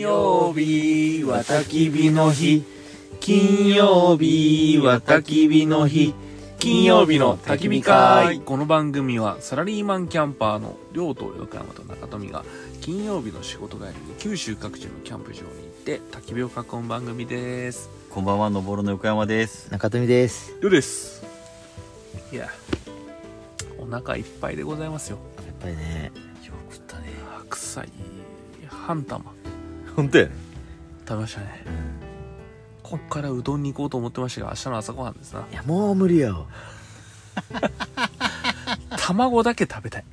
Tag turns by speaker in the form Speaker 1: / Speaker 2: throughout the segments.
Speaker 1: 曜日は焚き火の日金曜日は焚き火の日金曜日の焚き火会この番組はサラリーマンキャンパーの両と横山と中富が金曜日の仕事帰りに九州各地のキャンプ場に行って焚き火を囲む番組です
Speaker 2: こんばんは、のぼろの横山です。
Speaker 3: 中富です
Speaker 1: よですいやお腹いっぱいでございますよ
Speaker 3: やっぱりね
Speaker 2: よくったね。
Speaker 1: 白菜半玉
Speaker 2: 本当やね。
Speaker 1: 食べましたねこっからうどんに行こうと思ってましたが明日の朝ごはんですない
Speaker 3: やもう無理よ
Speaker 1: 卵だけ食べたい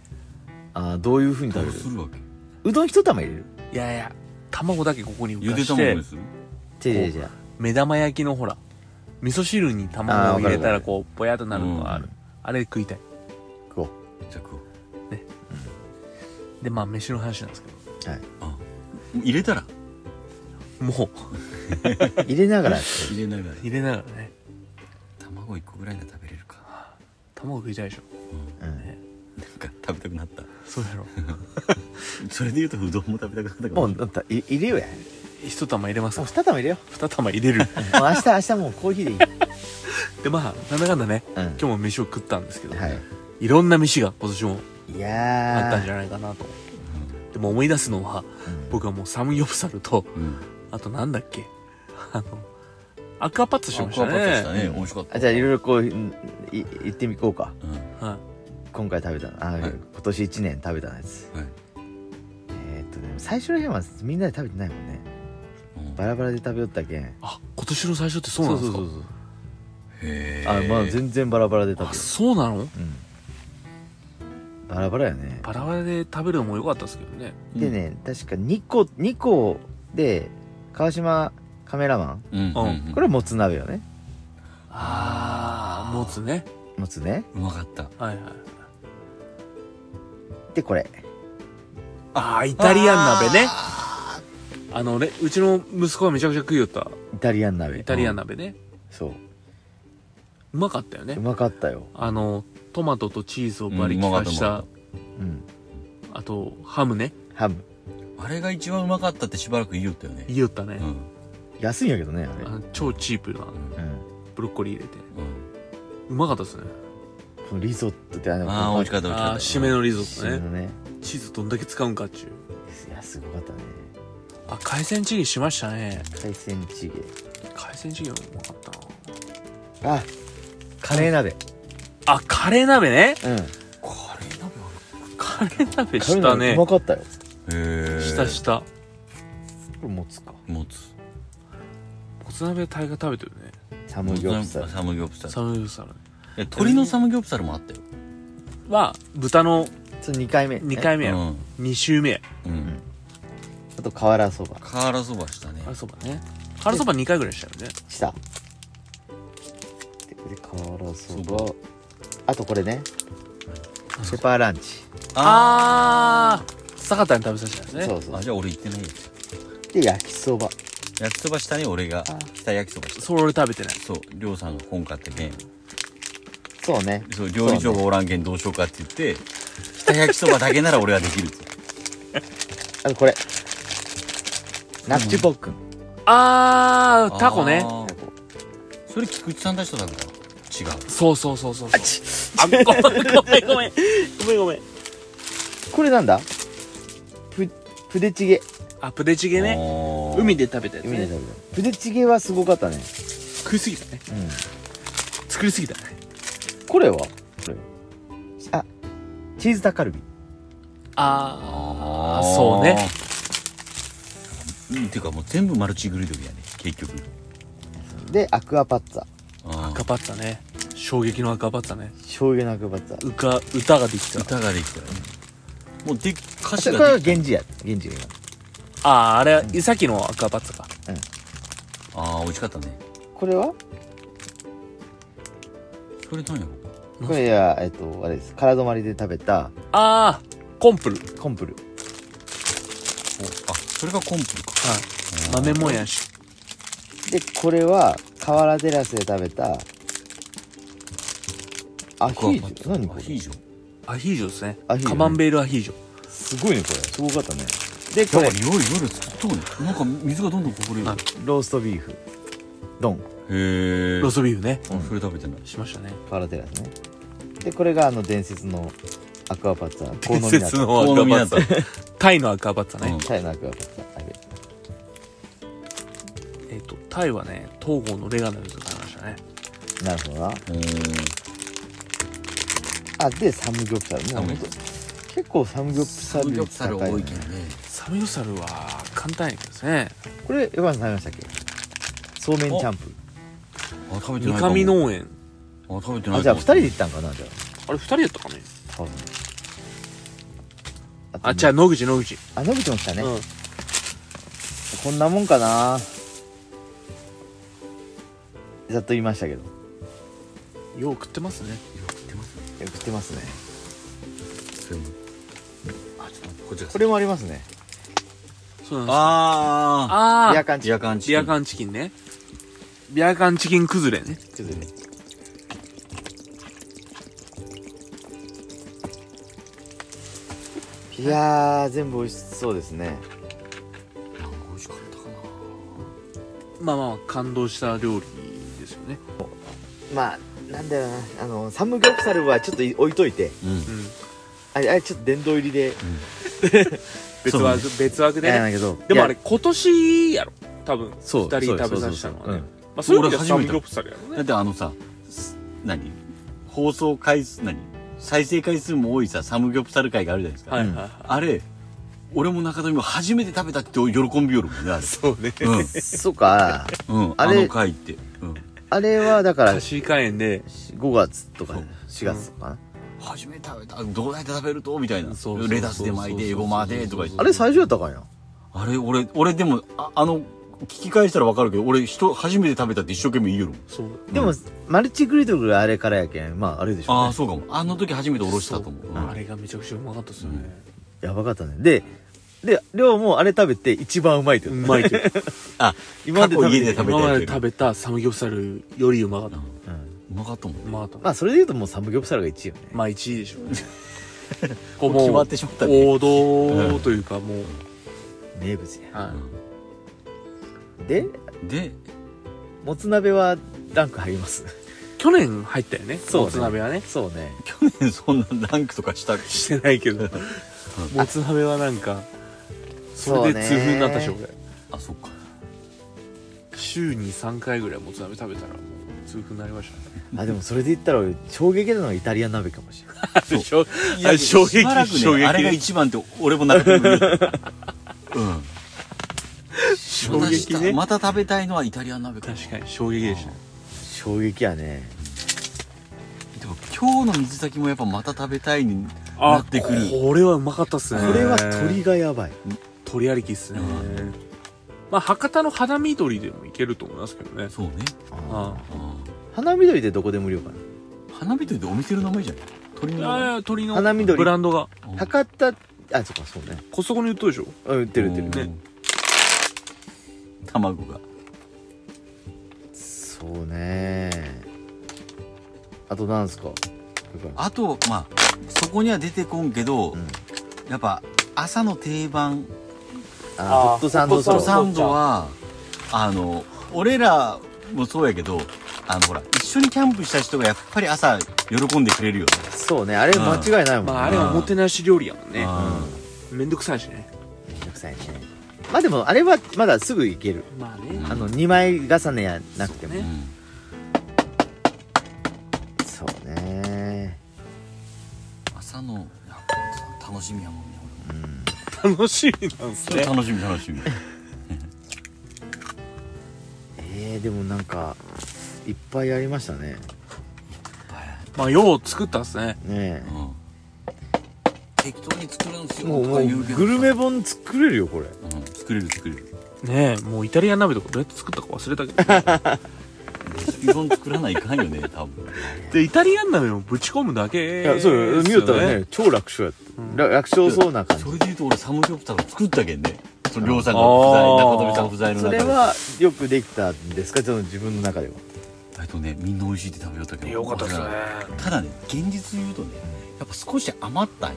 Speaker 3: あーどういうふうに
Speaker 2: ど
Speaker 3: 食
Speaker 2: う
Speaker 3: べる
Speaker 2: するわけ
Speaker 3: うどん一玉入れる
Speaker 1: いやいや卵だけここに浮
Speaker 2: ゆ
Speaker 1: か
Speaker 2: で
Speaker 1: し
Speaker 2: 卵
Speaker 1: て
Speaker 2: にする
Speaker 3: じゃじゃじゃ
Speaker 1: 目玉焼きのほら味噌汁に卵を入れた
Speaker 3: あーわかるわからる
Speaker 1: こうぼやっとなるのがある、
Speaker 2: うん
Speaker 1: あれ食いたい
Speaker 3: 食おう
Speaker 2: じゃあ食おう。
Speaker 1: でまあ飯の話なんですけど
Speaker 2: あ、入れたら
Speaker 1: も
Speaker 3: 入れながら
Speaker 2: 入れながら
Speaker 1: う 入れながらね
Speaker 2: 卵一個ぐらいが食べれるか。
Speaker 1: 卵食いたいでしょ
Speaker 3: うん
Speaker 2: なんか食べたくなった。
Speaker 1: そうやろ
Speaker 2: それで言うとうどんも食べたくなったか
Speaker 3: も
Speaker 2: も。
Speaker 3: うだったい入れようや
Speaker 1: 一玉入れます
Speaker 3: もう
Speaker 1: か
Speaker 3: 二玉入れよ
Speaker 1: 二玉入れる
Speaker 3: うもう明日明日もうコーヒーでいい
Speaker 1: でまあなんだかんだね
Speaker 3: うん
Speaker 1: 今日も飯を食ったんですけど、
Speaker 3: はい
Speaker 1: いろんな飯が今年も
Speaker 3: い
Speaker 1: あったん
Speaker 3: や
Speaker 1: じ
Speaker 3: ー
Speaker 1: ゃないかなとでも思い出すのは僕はもうサムギョプサルと
Speaker 2: うん。
Speaker 1: あとなんだっけ あのアクアパッツァしましたね
Speaker 2: アクアパッツァしたね。美味しかった。
Speaker 3: あじゃあいろいろこううんいいってみこうか
Speaker 2: うん。は
Speaker 1: はい
Speaker 3: 今回食べたのあー、
Speaker 2: はい
Speaker 3: 今年一年食べたやつ
Speaker 2: い。
Speaker 3: えー、っとね最初の辺はみんなで食べてないもんね
Speaker 2: うん
Speaker 3: バラバラで食べよったけん
Speaker 1: あ今年の最初ってそうなんですか
Speaker 3: そうそうそう
Speaker 2: へ
Speaker 3: あ
Speaker 2: ー
Speaker 3: まあ全然バラバラで食べよ
Speaker 1: あそうなの
Speaker 3: うんバラバラやね
Speaker 1: バラバラで食べるのも良かったですけどね
Speaker 3: で。ね確か2個2個で川島カメラマン
Speaker 2: うん。うんうん
Speaker 3: これはもつ鍋よね
Speaker 1: ああもつね
Speaker 3: もつね
Speaker 2: うまかった。
Speaker 1: はいはい
Speaker 3: でこれ
Speaker 1: ああイタリアン鍋ねあのねうちの息子がめちゃくちゃ食いよった
Speaker 3: イタリアン鍋
Speaker 1: イタリアン
Speaker 3: 鍋
Speaker 1: 鍋ね
Speaker 3: そう
Speaker 1: うまかったよね
Speaker 3: うまかったよ
Speaker 1: あのトマトとチーズをバリキ化し
Speaker 2: うんう
Speaker 1: た
Speaker 2: ま
Speaker 3: うん
Speaker 1: あとハムね
Speaker 3: ハム
Speaker 2: あれが一番うまかったってしばらく言いよったよね。
Speaker 1: 言いよったね
Speaker 2: うん。
Speaker 3: 安いんやけどねあれ
Speaker 1: あの超チープな
Speaker 2: うん
Speaker 3: うん
Speaker 1: ブロッコリー入れて
Speaker 2: う
Speaker 1: う
Speaker 2: ん
Speaker 1: まかったですね
Speaker 3: このリゾットってあの
Speaker 2: ああ、美味しかった、美味しか
Speaker 1: あ
Speaker 2: った。
Speaker 1: あ締めのリゾット
Speaker 3: 締め
Speaker 1: ね
Speaker 3: のね
Speaker 1: チーズどんだけ使うんかっちゅう
Speaker 3: いやすごかったね
Speaker 1: あ海鮮チゲしましたね
Speaker 3: 海鮮チゲ
Speaker 1: 海鮮チゲもうまかったな
Speaker 3: あカレー鍋
Speaker 1: あカレー鍋ね
Speaker 3: うん
Speaker 2: カレー鍋あ
Speaker 1: カレー鍋
Speaker 3: カレー
Speaker 1: した
Speaker 3: 鍋う
Speaker 1: ね
Speaker 3: まかったよ
Speaker 2: るへえ。
Speaker 1: したした
Speaker 3: これもつか
Speaker 2: 持つ。
Speaker 1: もつ鍋大概食べてるね
Speaker 3: サムギョプサル
Speaker 2: サムギョプサル
Speaker 1: サムギョプサルね
Speaker 2: いや鶏のサムギョプサルもあったよ
Speaker 1: は豚の
Speaker 3: それ2回目ね
Speaker 1: 2回目や
Speaker 2: うん
Speaker 1: 2周目や
Speaker 2: うん
Speaker 3: あと瓦そば
Speaker 2: 瓦そばしたね
Speaker 1: あれそばねあれそば2回ぐらいしたよね
Speaker 3: したで瓦そ
Speaker 2: そ
Speaker 3: ばあとこれね
Speaker 1: あ
Speaker 3: ペパーランチ
Speaker 1: あー坂田に食べさせたんですね
Speaker 3: そう
Speaker 2: ー
Speaker 3: そう
Speaker 2: あじゃあ俺行ってないよ
Speaker 3: で焼きそば
Speaker 2: 焼きそばしたね俺がした焼きそばした
Speaker 1: それ俺食べてない
Speaker 2: そうりょうさんが本買ってけん
Speaker 3: そうね
Speaker 2: そう料理長がおらんけんどうしようかって言ってした焼きそばだけなら俺はできると
Speaker 3: あとこれナッチポックン
Speaker 1: あータコね
Speaker 2: あーそれ菊池さんたちと食べた違う
Speaker 1: そうそうそうそうそうあごめんごめんごめんごめんごめんごめん
Speaker 3: これなんだププデチゲ
Speaker 1: あプデチゲね
Speaker 2: ね
Speaker 1: 海で食べたやつ
Speaker 3: 海で
Speaker 1: ね
Speaker 3: 食べたプデチゲはすごかったね
Speaker 1: 食いすぎたね
Speaker 3: うん
Speaker 1: 作りすぎたね
Speaker 3: これはこれあチーズタッカルビ
Speaker 1: あーそうね
Speaker 2: うんていうかもう全部マルチグリドルやね結局
Speaker 3: でアクアパッツァ
Speaker 2: あ
Speaker 1: 赤パッツァね衝撃の赤パッツァね
Speaker 3: 醤油のアクアパッツァ
Speaker 1: うか歌ができ
Speaker 2: ー
Speaker 1: た
Speaker 2: 歌ができたよもうで歌
Speaker 3: あそ
Speaker 2: 詞
Speaker 3: れこれ
Speaker 2: が
Speaker 3: は
Speaker 2: でき
Speaker 3: 源氏や源氏が
Speaker 1: あああれ、さっきの赤パッツァか
Speaker 3: 今うん
Speaker 2: たああ美味しかったね
Speaker 3: これは
Speaker 2: それなんやろ
Speaker 3: これはえっとあれです空泊まりで食べた
Speaker 1: ああコンプルはい
Speaker 3: コンプル
Speaker 2: おあそれがコンプルか
Speaker 1: 豆もやし
Speaker 3: でこれは河原テラスで食べたアヒージョ何こ
Speaker 2: アヒー
Speaker 3: れ
Speaker 2: ジョ
Speaker 1: アヒージョですね
Speaker 3: アヒージョ
Speaker 1: カ
Speaker 3: ね
Speaker 1: マンベールアヒージョ
Speaker 3: すごいねこれすごかったねでこ
Speaker 2: だか
Speaker 3: れ
Speaker 2: ら夜夜作っとうねなんか水がどんどんこぼれる
Speaker 1: あ
Speaker 3: ローストビーフ丼
Speaker 2: へえ
Speaker 1: ローストビーフね
Speaker 2: それ食べてない
Speaker 1: しましたね
Speaker 3: パラテラスねでこれがあの伝説のアクアパッツァ コウ
Speaker 1: 伝
Speaker 3: ノミナ
Speaker 1: 説
Speaker 3: タ
Speaker 1: のアク
Speaker 2: 好
Speaker 1: ア
Speaker 2: み
Speaker 1: パ
Speaker 2: だ
Speaker 1: ッ
Speaker 2: っ
Speaker 1: ツ
Speaker 2: た
Speaker 1: ァタイのアクアパッツァね、
Speaker 2: うん
Speaker 3: タイのアクアパッツァあれ
Speaker 1: えっ、とタイはね東郷のレガネルズからしたね
Speaker 3: なるほどな
Speaker 2: へー
Speaker 3: あでサムギョプサルね
Speaker 2: サムギョ
Speaker 3: 本当結構サムギョプサル率高いね
Speaker 2: ね
Speaker 1: サムギョプサルは簡単やけどですね
Speaker 3: これ横山さん食べましたっけそうめんキャンプ
Speaker 2: あ食べて
Speaker 1: 三
Speaker 2: ないかも
Speaker 1: 上農園
Speaker 2: あ食べてないかも
Speaker 3: あじゃあ2人で行ったんかなじゃ
Speaker 1: あれ二人やったかね
Speaker 3: あ多分
Speaker 1: あ違う野口野口、
Speaker 3: あ伸びてましたね、
Speaker 1: うん
Speaker 3: こんなもんかなざっと言いましたけど
Speaker 1: よう食ってますね
Speaker 3: え食ってますね
Speaker 2: あちょっと待ってこっちが
Speaker 3: これもありますね
Speaker 1: そうなんですよ
Speaker 2: あ
Speaker 1: あ
Speaker 3: ビア
Speaker 1: あ
Speaker 3: カン
Speaker 2: ー
Speaker 3: チ
Speaker 2: ビアカンチキ
Speaker 1: ビ
Speaker 2: ン
Speaker 1: アカンチキンねビアカンチキン崩れね
Speaker 3: 崩れいやー全部美味しそうですね
Speaker 2: なんか美味しかったか
Speaker 1: まあまあ感動した料理ですよね
Speaker 3: まあなんだよなあのサムギョプサルはちょっと置いといて
Speaker 2: なうん
Speaker 1: うん
Speaker 3: あれあれちょっと殿堂入りで
Speaker 1: 別
Speaker 2: そうね
Speaker 1: 枠、別枠で
Speaker 3: や
Speaker 1: ね
Speaker 3: らけど
Speaker 1: でもあ
Speaker 3: い
Speaker 1: れ今年やろ多分
Speaker 3: そう
Speaker 1: 2人食べさせたのはね
Speaker 3: そうそうそうそううん
Speaker 1: まあそういう意味では
Speaker 2: 俺
Speaker 1: サ
Speaker 2: 初
Speaker 1: ム
Speaker 2: め
Speaker 1: ギ
Speaker 2: て
Speaker 1: ョプサルやろ
Speaker 2: だっ
Speaker 1: ね
Speaker 2: てあのさす何放送回数何再生回数も多いさサムギョプサル回があるじゃないですか、
Speaker 1: はいはいはい
Speaker 2: あれ俺も中富も初めて食べたって喜びよるもんねあれ
Speaker 1: そうね
Speaker 3: やそうか
Speaker 2: うん、うん、
Speaker 3: あ
Speaker 2: あ
Speaker 3: れ
Speaker 2: の回って、うん、
Speaker 3: あれはだから
Speaker 1: カシーカ園で
Speaker 3: 5月とか
Speaker 2: そう
Speaker 3: 4月とかな
Speaker 2: 初めて食べたどうやって食べるとみたいな
Speaker 1: そうそうそう
Speaker 2: レタスで巻いてエゴマでとか言っ
Speaker 3: あ
Speaker 2: て
Speaker 3: れ最初やったかいな
Speaker 2: あれ俺俺でもああの聞き返したら分かるけど俺人初めて食べたって一生懸命言いよるもん
Speaker 1: そう
Speaker 3: でもマルチグリドルがあれからやけんまああれでしょ
Speaker 2: あ
Speaker 3: う
Speaker 2: あ
Speaker 3: ね
Speaker 2: そうかもあの時初めておろしたと思う
Speaker 1: そう
Speaker 2: うん
Speaker 1: あれがめちゃくちゃうまかったですよね
Speaker 3: やばかったねでで量もあれ食べて一番うまいって
Speaker 1: う
Speaker 3: 言って
Speaker 1: まいというか
Speaker 2: あ
Speaker 3: 今まで食べて
Speaker 2: 過去家で食 べ
Speaker 1: 今
Speaker 2: た
Speaker 1: ま
Speaker 2: や
Speaker 1: で
Speaker 2: つよ
Speaker 1: 食
Speaker 2: り
Speaker 1: べたサムギョプサルよりうまかった
Speaker 2: うん
Speaker 3: た、うん
Speaker 2: うまかったもん
Speaker 1: うまかった
Speaker 3: まあそれで言うともうサムギョプサルが1位よね
Speaker 1: まあ1位でしょうね
Speaker 2: もう
Speaker 1: もう
Speaker 2: 決まってしまったね
Speaker 1: 王道というかもう、
Speaker 3: 名物や
Speaker 1: は
Speaker 3: で
Speaker 2: で
Speaker 3: もつ鍋はランク入ります
Speaker 1: い去年入ったよね
Speaker 3: そうね
Speaker 1: もつ鍋はね
Speaker 3: そうね
Speaker 2: 去年そんなランクとかしたっけ
Speaker 1: してないけど もつ鍋はなんかそれで痛風になったでしょ
Speaker 3: そう
Speaker 1: 俺
Speaker 2: あそっか
Speaker 1: 週に3回ぐらいもつ鍋食べたらもう痛風になりましたね
Speaker 3: あでもそれで言ったら俺衝撃なのがイタリアン鍋かもしれない
Speaker 1: あれしょあれ衝撃
Speaker 2: しばらくね
Speaker 1: 衝撃
Speaker 2: あれが一番って俺もな くても言ううん
Speaker 1: 衝撃ね
Speaker 2: また食べたいのはイタリアン鍋か
Speaker 1: 確かに衝撃でしたね
Speaker 3: 衝撃やね
Speaker 2: でも今日の水炊きもやっぱまた食べたいにな
Speaker 1: あ
Speaker 2: ってくる
Speaker 1: これはうまかったっす
Speaker 3: こ
Speaker 1: ね
Speaker 3: れは鳥がやばい
Speaker 1: 鳥ありきっすね
Speaker 2: う
Speaker 1: まあ博多の花緑でもいけると思いますけどね
Speaker 2: そうね
Speaker 1: あ
Speaker 2: うん
Speaker 3: 花緑でどこで無料かな
Speaker 2: 花火といってお店の名前じゃない鳥の名前
Speaker 1: ああ鳥の
Speaker 3: 花緑
Speaker 1: ブランドが
Speaker 2: うん
Speaker 3: 博多あそっかそうね
Speaker 1: コストコに売っとるでしょ
Speaker 3: うん売ってる売ってる
Speaker 1: ね
Speaker 2: うん卵が
Speaker 3: そうねあとなんすか
Speaker 2: あとまあそこには出てこんけど、
Speaker 3: うん
Speaker 2: やっぱ朝の定番
Speaker 3: あホットサンドソ
Speaker 2: ホッ
Speaker 3: ロ
Speaker 2: トサンドはあの俺らもそうやけどあのほら一緒にキャンプした人がやっぱり朝喜んでくれるよね
Speaker 3: そうねあれ間違いないもんね
Speaker 1: まああれはおもてなし料理やもんね
Speaker 2: あ
Speaker 1: めんどくさいしね
Speaker 3: めんどくさいねまあでもあれはまだすぐいける
Speaker 1: まあね
Speaker 3: あの2枚重ねやなくても
Speaker 1: そう
Speaker 2: ー、う
Speaker 1: ね
Speaker 3: そ
Speaker 2: ん
Speaker 3: うね
Speaker 2: 朝のやっぱ楽しみやもんね
Speaker 3: うん
Speaker 1: 楽しみなんす
Speaker 2: 俺
Speaker 1: ね
Speaker 2: も楽しみ楽しみ
Speaker 3: えー、でもなんかいっぱいありましたね
Speaker 1: まあよう作ったんすね
Speaker 3: ね
Speaker 2: うん適当に作るんす
Speaker 3: え
Speaker 2: よ
Speaker 3: もう
Speaker 2: と
Speaker 3: も
Speaker 2: か
Speaker 3: う
Speaker 2: 言うけど
Speaker 3: グルメ本作れるよこれ
Speaker 2: うん作れる作れる
Speaker 1: ねえもうイタリアン鍋とかどうやって作ったか忘れ たけど
Speaker 2: レシピ本作らないかんよね多分
Speaker 1: でイタリアン鍋をぶち込むだけ
Speaker 3: いやそうよ見よったらね超楽勝やった、
Speaker 1: うん
Speaker 3: ら楽勝そうな感じ
Speaker 2: それで言うと俺サムギョプサル作ったけんねそのりょうさんが不在
Speaker 1: あー
Speaker 2: 中富さん不在の
Speaker 3: そ
Speaker 2: 中で
Speaker 3: れはよくできたんですかその自分の中では
Speaker 2: えっとねみんな美味しいって食べよったけど
Speaker 1: よかったですね
Speaker 2: ただね現実言うとねやっぱ少し余ったんよ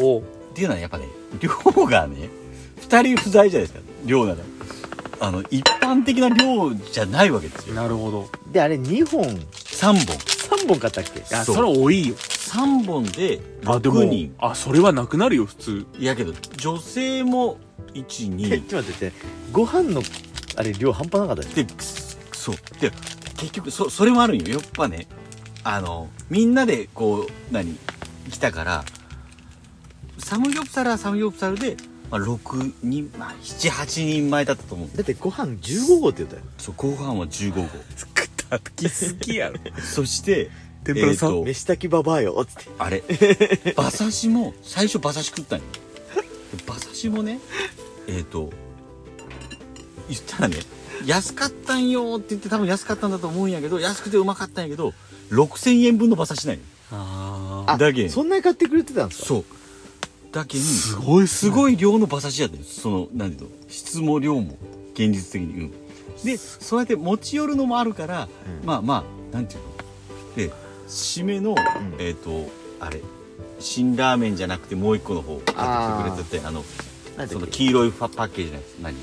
Speaker 1: お
Speaker 2: っていうのはやっぱね量がね2人不在じゃないですか量ならあの一般的な量じゃないわけですよ
Speaker 1: なるほど
Speaker 3: であれ2本
Speaker 2: 3本
Speaker 3: 3本買ったっけ
Speaker 1: いや
Speaker 2: そ
Speaker 1: そうれ多いよ
Speaker 2: 3本で
Speaker 1: あでも
Speaker 2: 6人
Speaker 1: あそれはなくなるよ普通
Speaker 2: いやけど女性も
Speaker 3: え
Speaker 2: 12
Speaker 3: ちょっと待ってご飯のあれ量半端なかったよ
Speaker 2: でくすそうで結局そそれもあるんよやっぱねあのみんなでこう何来たからサムギョプサルはサムギョプサルで、まあ、6人、まあ、78人前だったと思うんで
Speaker 3: だってご飯15合って言ったよ
Speaker 2: そうご飯は15号
Speaker 1: 作った時好きやろ
Speaker 2: そして
Speaker 1: 天ぷらさん
Speaker 2: えーと
Speaker 3: 飯炊きババアよっつって
Speaker 2: あれ馬刺しも最初馬刺し食ったんよで馬刺しもねえっ、と言ったらね安かったんよって言って多分安かったんだと思うんやけど安くてうまかったんやけど6000円分の馬刺しなんよ
Speaker 1: あ
Speaker 3: あ
Speaker 2: だけん
Speaker 3: そんなに買ってくれてたんですか
Speaker 2: そうだけに
Speaker 1: す
Speaker 2: す
Speaker 1: ごいすごい
Speaker 2: ごい量の馬刺しやったんよその何ていうの質も量も現実的にうんでそうやって持ち寄るのもあるから
Speaker 3: うん
Speaker 2: まあまあなんていうので締めの、えっ、とあれ辛ラーメンじゃなくてもう一個の方買ってきてくれててあの
Speaker 3: なんだ
Speaker 2: そ
Speaker 3: っ
Speaker 2: の
Speaker 3: け
Speaker 2: 黄色いパパッケージのやつ何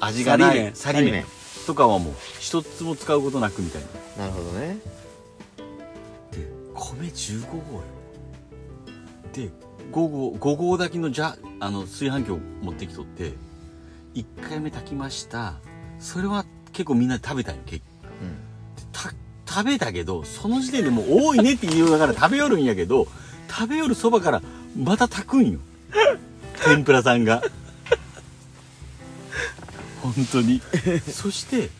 Speaker 2: 味がない
Speaker 1: サ
Speaker 2: サ
Speaker 3: リ
Speaker 2: リ
Speaker 3: 麺
Speaker 2: 麺とかはもう一つも使うことなくみたいなで
Speaker 3: なるほどね
Speaker 2: 米15合よで5合5合炊きのじゃあの炊飯器を持ってきとって1回目炊きましたそれは結構みんなで食べたんよ結構た食べたけどその時点でもう多いねって言いようだから食べよるんやけど食べよるそばからまた炊く んよ天ぷらさんが本当 にそして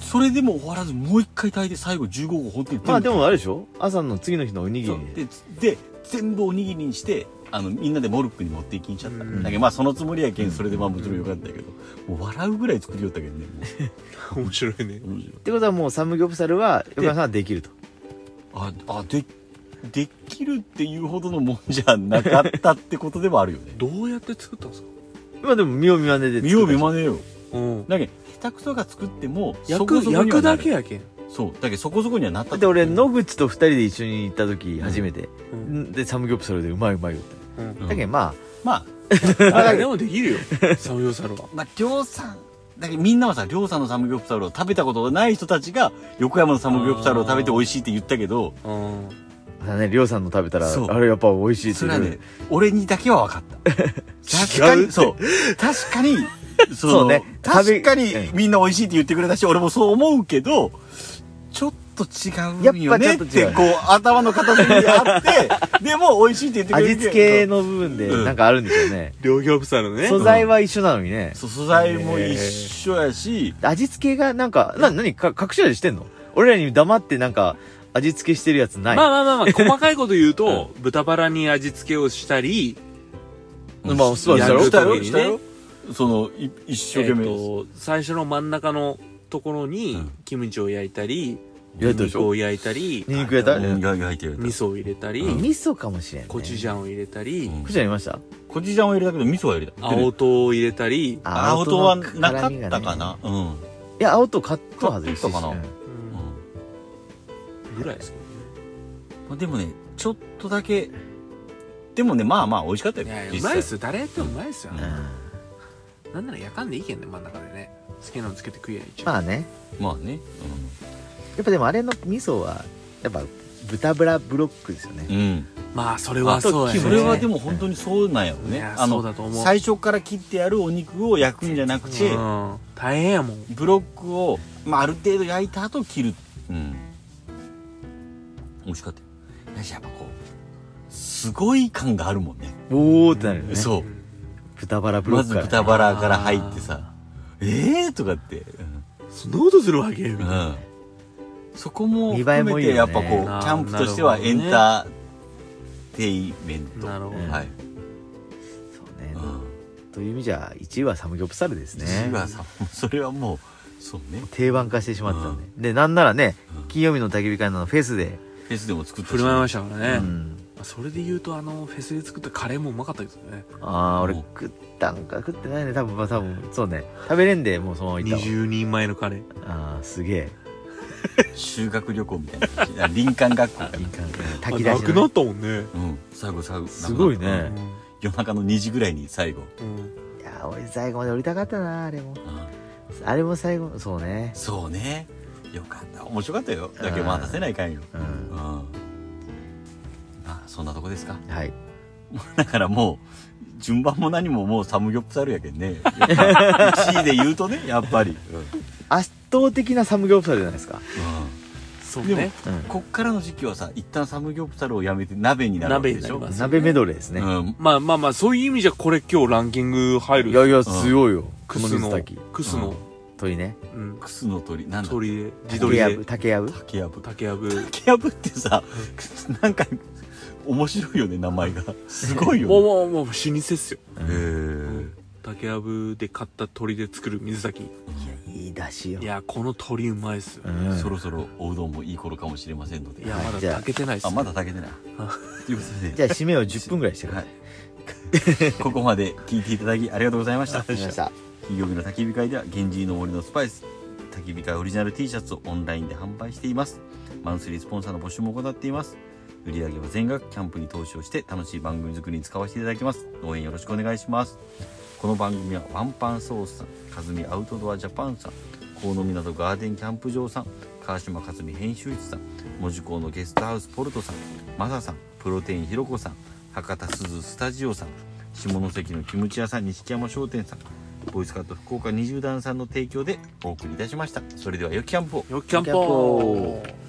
Speaker 2: それでも終わらずもう一回炊いて最後15号本当に全部
Speaker 3: まあでもあれでしょ朝の次の日のおにぎ
Speaker 2: そう
Speaker 3: りで
Speaker 2: でで全部おにぎりにしてあのみんなでモルックに持っていきにしちゃった、
Speaker 1: うん
Speaker 2: だけどまあそのつもりやけんそれでまあもちろんよかったけど、もう笑うぐらい作りよったけどねも
Speaker 1: 面白いね
Speaker 2: う面
Speaker 3: っ
Speaker 2: 白い
Speaker 3: てことはもうサムギョプサルは横山さんはできると
Speaker 2: ああでできるっていうほどのもんじゃなかったってことでもあるよね
Speaker 1: どうやって作ったんですか
Speaker 3: まあでも見よう見まねで
Speaker 2: 見よう見
Speaker 3: ね
Speaker 2: まねよ
Speaker 1: うん
Speaker 2: だけど下手くそが作ってもそ
Speaker 1: 焼
Speaker 2: こ
Speaker 1: く
Speaker 2: そこ
Speaker 1: 焼
Speaker 2: には
Speaker 1: く
Speaker 2: な
Speaker 1: だ
Speaker 2: る
Speaker 1: けやけん
Speaker 2: そうだけどそこそこにはなった
Speaker 3: だ
Speaker 2: っ
Speaker 3: って
Speaker 2: て
Speaker 3: 俺野口と二人で一緒に行った時初めて、
Speaker 1: うん
Speaker 3: でサムギョプサルでうまいうまいよって、
Speaker 1: うん
Speaker 3: だけどま
Speaker 2: ま
Speaker 1: あでもできる よサムヨサルは
Speaker 2: あまあ量産だけどみんなはさ量産のサムギョプサルを食べたことがない人たちが横山のサムギョプサルを食べて美味しいって言ったけど
Speaker 1: うん
Speaker 3: あただねりょうさんの食べたら
Speaker 2: そう
Speaker 3: あれやっぱ美味しいって
Speaker 2: そ
Speaker 3: いう
Speaker 2: れはね俺にだけは分か った確か
Speaker 3: 違うっ
Speaker 2: に
Speaker 3: て
Speaker 2: そう確かにその
Speaker 3: そうね
Speaker 2: 確かに
Speaker 3: 食べうん
Speaker 2: みんな美味しいって言ってくれたし俺もそう思うけどちょっと違うよ
Speaker 3: やっ
Speaker 2: ねっ
Speaker 3: ぱち
Speaker 2: て
Speaker 3: ょっと違う
Speaker 2: こう頭の片隅に あってでも美味しいって言ってくれる
Speaker 3: 味付けの部分で
Speaker 2: うん
Speaker 3: なんかあるんでしょうね、
Speaker 1: 両極サルね
Speaker 3: 素材は一緒なのにね、
Speaker 2: そう素材も一緒やし
Speaker 3: 味付けがなんかな何か隠し味してんの俺らに黙ってなんか味付けしてるやつない、
Speaker 1: まあまあまあまあ細かいこと言うと豚バラに味付けをしたり
Speaker 3: まあそう
Speaker 1: で
Speaker 2: や
Speaker 1: すよ
Speaker 2: したよ
Speaker 1: し
Speaker 2: したた
Speaker 1: よ
Speaker 2: よそのい一生
Speaker 1: え
Speaker 2: 懸
Speaker 1: っ
Speaker 2: 命
Speaker 1: と最初の真ん中のところ
Speaker 2: う
Speaker 1: に
Speaker 2: ん
Speaker 1: キムチを焼いたり
Speaker 3: 焼いたでしょ
Speaker 1: 肉を焼いたり
Speaker 3: ニンニクやった、
Speaker 2: うんや焼いてる
Speaker 1: 味噌を入れたり
Speaker 2: うん
Speaker 3: 味噌かもしれん、ね、
Speaker 1: コチュジャンを入れたり
Speaker 2: うん
Speaker 3: コチュジャン入れました
Speaker 2: コチュジャンを入れたけど味噌は入れた
Speaker 1: 青
Speaker 2: でね
Speaker 1: 唐を入れたり
Speaker 2: 青唐は
Speaker 3: の辛み
Speaker 2: なか
Speaker 3: が
Speaker 2: っ
Speaker 3: ね
Speaker 2: たかなうん
Speaker 3: いや青とカットはずです
Speaker 2: 買ったかな
Speaker 1: うん
Speaker 2: う
Speaker 1: ぐらいです
Speaker 2: んまあでもねちょっとだけでもねまあまあ美味しかった
Speaker 1: け
Speaker 2: よ
Speaker 1: どねいやいや
Speaker 2: 実
Speaker 1: うまい
Speaker 2: 際
Speaker 1: っすよ誰やってもうまいっすよ
Speaker 2: うん
Speaker 1: なんなら焼かんでいいけんね真ん中でね好きなのつけて食えや一応
Speaker 3: まあね
Speaker 2: まあね
Speaker 3: やっぱでもあれの味噌はやっぱ豚ブラブロックですよね、
Speaker 2: うん、うん
Speaker 1: まあそれはそうやね
Speaker 2: それはでも本当にそうなんやろ
Speaker 1: い
Speaker 2: ね
Speaker 1: や
Speaker 2: あ
Speaker 1: そうだと思う
Speaker 2: の最初から切ってあるお肉を焼くんじゃなくて
Speaker 1: うん大変やもん
Speaker 2: ブロックを、まあ、ある程度焼いた後切るうん美味しかったよだしやっぱこうすごい感があるもんね
Speaker 3: おーってなるよね
Speaker 2: そう
Speaker 3: 豚バラブロ
Speaker 2: ま
Speaker 3: ック
Speaker 2: ず
Speaker 3: から、
Speaker 2: 豚バラから入ってさええー、とかって、うん
Speaker 1: そんなことするわけ
Speaker 2: う
Speaker 1: よ
Speaker 2: ん、そこも
Speaker 3: 見栄え
Speaker 2: 含
Speaker 3: も
Speaker 2: め
Speaker 3: いいよね
Speaker 2: てやっぱこうキ
Speaker 1: な
Speaker 2: ャンプとしては
Speaker 1: なるほ
Speaker 2: エ
Speaker 1: ど
Speaker 2: ン
Speaker 1: ね
Speaker 2: ターテイメント
Speaker 1: なるほど
Speaker 2: はい、
Speaker 3: そうね、
Speaker 2: うん
Speaker 3: という意味じゃ1位はサムギョプサルですね
Speaker 2: 千葉さんもそれはもうそうね
Speaker 3: 定番化してしまったんで、でなんならね金曜日の焚き火会のフェスで、
Speaker 2: フェスでも作った
Speaker 1: 振る舞いま
Speaker 2: し
Speaker 1: したか
Speaker 3: う
Speaker 1: らね
Speaker 3: ん、
Speaker 1: それで言うとあのフェスで作ったカレーもうまかったですよね
Speaker 3: ああ俺
Speaker 2: うん
Speaker 3: 食ったんか食ってないね多分まあ多分そうね食べれんでもうそのまま行ったわ
Speaker 1: 20人前のカレー
Speaker 3: ああすげえ
Speaker 2: 修学旅行みたいな感じあ林間学校か
Speaker 3: いい感じ
Speaker 1: あ
Speaker 3: 炊き出し
Speaker 1: な
Speaker 3: の
Speaker 1: くなったもんね
Speaker 2: うん最後最後
Speaker 3: すごいね
Speaker 2: なんか夜中の2時ぐらいに最後
Speaker 1: うん
Speaker 3: いや俺最後まで降りたかったなあれも
Speaker 2: あ
Speaker 3: あれも最後そうね
Speaker 2: そうねよかった面白かったよだけどまあ出せないかんよ
Speaker 3: う
Speaker 2: うん
Speaker 3: ん
Speaker 2: まあそんなとこですか
Speaker 3: はい
Speaker 2: だからもう順番も何ももうサムギョプサルやけんね1位で言うとねやっぱり、うん
Speaker 3: 圧倒的なサムギョプサルじゃないですか
Speaker 1: そう
Speaker 2: でも
Speaker 1: ね
Speaker 3: うん
Speaker 2: こっからの時期はさ一旦サムギョプサルをやめて鍋になるわけでしょ
Speaker 1: 鍋になります
Speaker 3: 鍋メドレーですね
Speaker 2: うん、
Speaker 1: まあまあまあそういう意味じゃこれ今日ランキング入
Speaker 3: いや
Speaker 1: る
Speaker 3: いや強いよ
Speaker 1: ク
Speaker 3: この
Speaker 1: ス
Speaker 3: 水
Speaker 1: の
Speaker 3: 炊き
Speaker 1: クスの、
Speaker 3: 鳥ね
Speaker 1: うん、
Speaker 2: クスの鳥なんだ
Speaker 1: 鳥で自撮
Speaker 3: 竹
Speaker 1: り
Speaker 3: や
Speaker 1: で
Speaker 3: ぶ竹やぶ
Speaker 2: 竹やぶ
Speaker 1: 竹やぶ
Speaker 2: 竹やぶってさ、なんか面白いよね名前がすごいよ
Speaker 1: もう
Speaker 2: ね
Speaker 1: もうもう老舗っすよ
Speaker 2: へー
Speaker 1: 竹やぶで買った鳥で作る水炊
Speaker 3: いいだしよ
Speaker 1: きいやこの鳥うまいっすよ、
Speaker 3: うん
Speaker 2: そろそろおうどんもいい頃かもしれませんので
Speaker 1: いや
Speaker 3: はい
Speaker 1: まだ
Speaker 3: じゃあ
Speaker 1: 炊けてないっす、
Speaker 2: あ
Speaker 1: ね、
Speaker 2: まだ炊けてない
Speaker 1: あ
Speaker 2: ということで
Speaker 3: じゃあ締めを10分ぐらいしてくだ
Speaker 2: は
Speaker 3: さい
Speaker 2: い、ここまで聞いていただきありがとうございました
Speaker 3: わかりました
Speaker 2: 金曜日の焚き火会では源氏の森のスパイス焚き火会オリジナル T シャツをオンラインで販売していますマンスリースポンサーの募集も行っています売り上げは全額キャンプに投資をして楽しい番組作りに使わせていただきます応援よろしくお願いしますこの番組はワンパンソースさんかずみアウトドアジャパンさん河野港ガーデンキャンプ場さん川島和美編集室さん門司港のゲストハウスポルトさんマサさんプロテインひろこさん博多すずスタジオさん下関のキムチ屋さん錦山商店さんボイスカット福岡20段さんの提供でお送りいたしましたそれではよきキャンプを
Speaker 1: よっキャン
Speaker 3: キャン
Speaker 1: ポー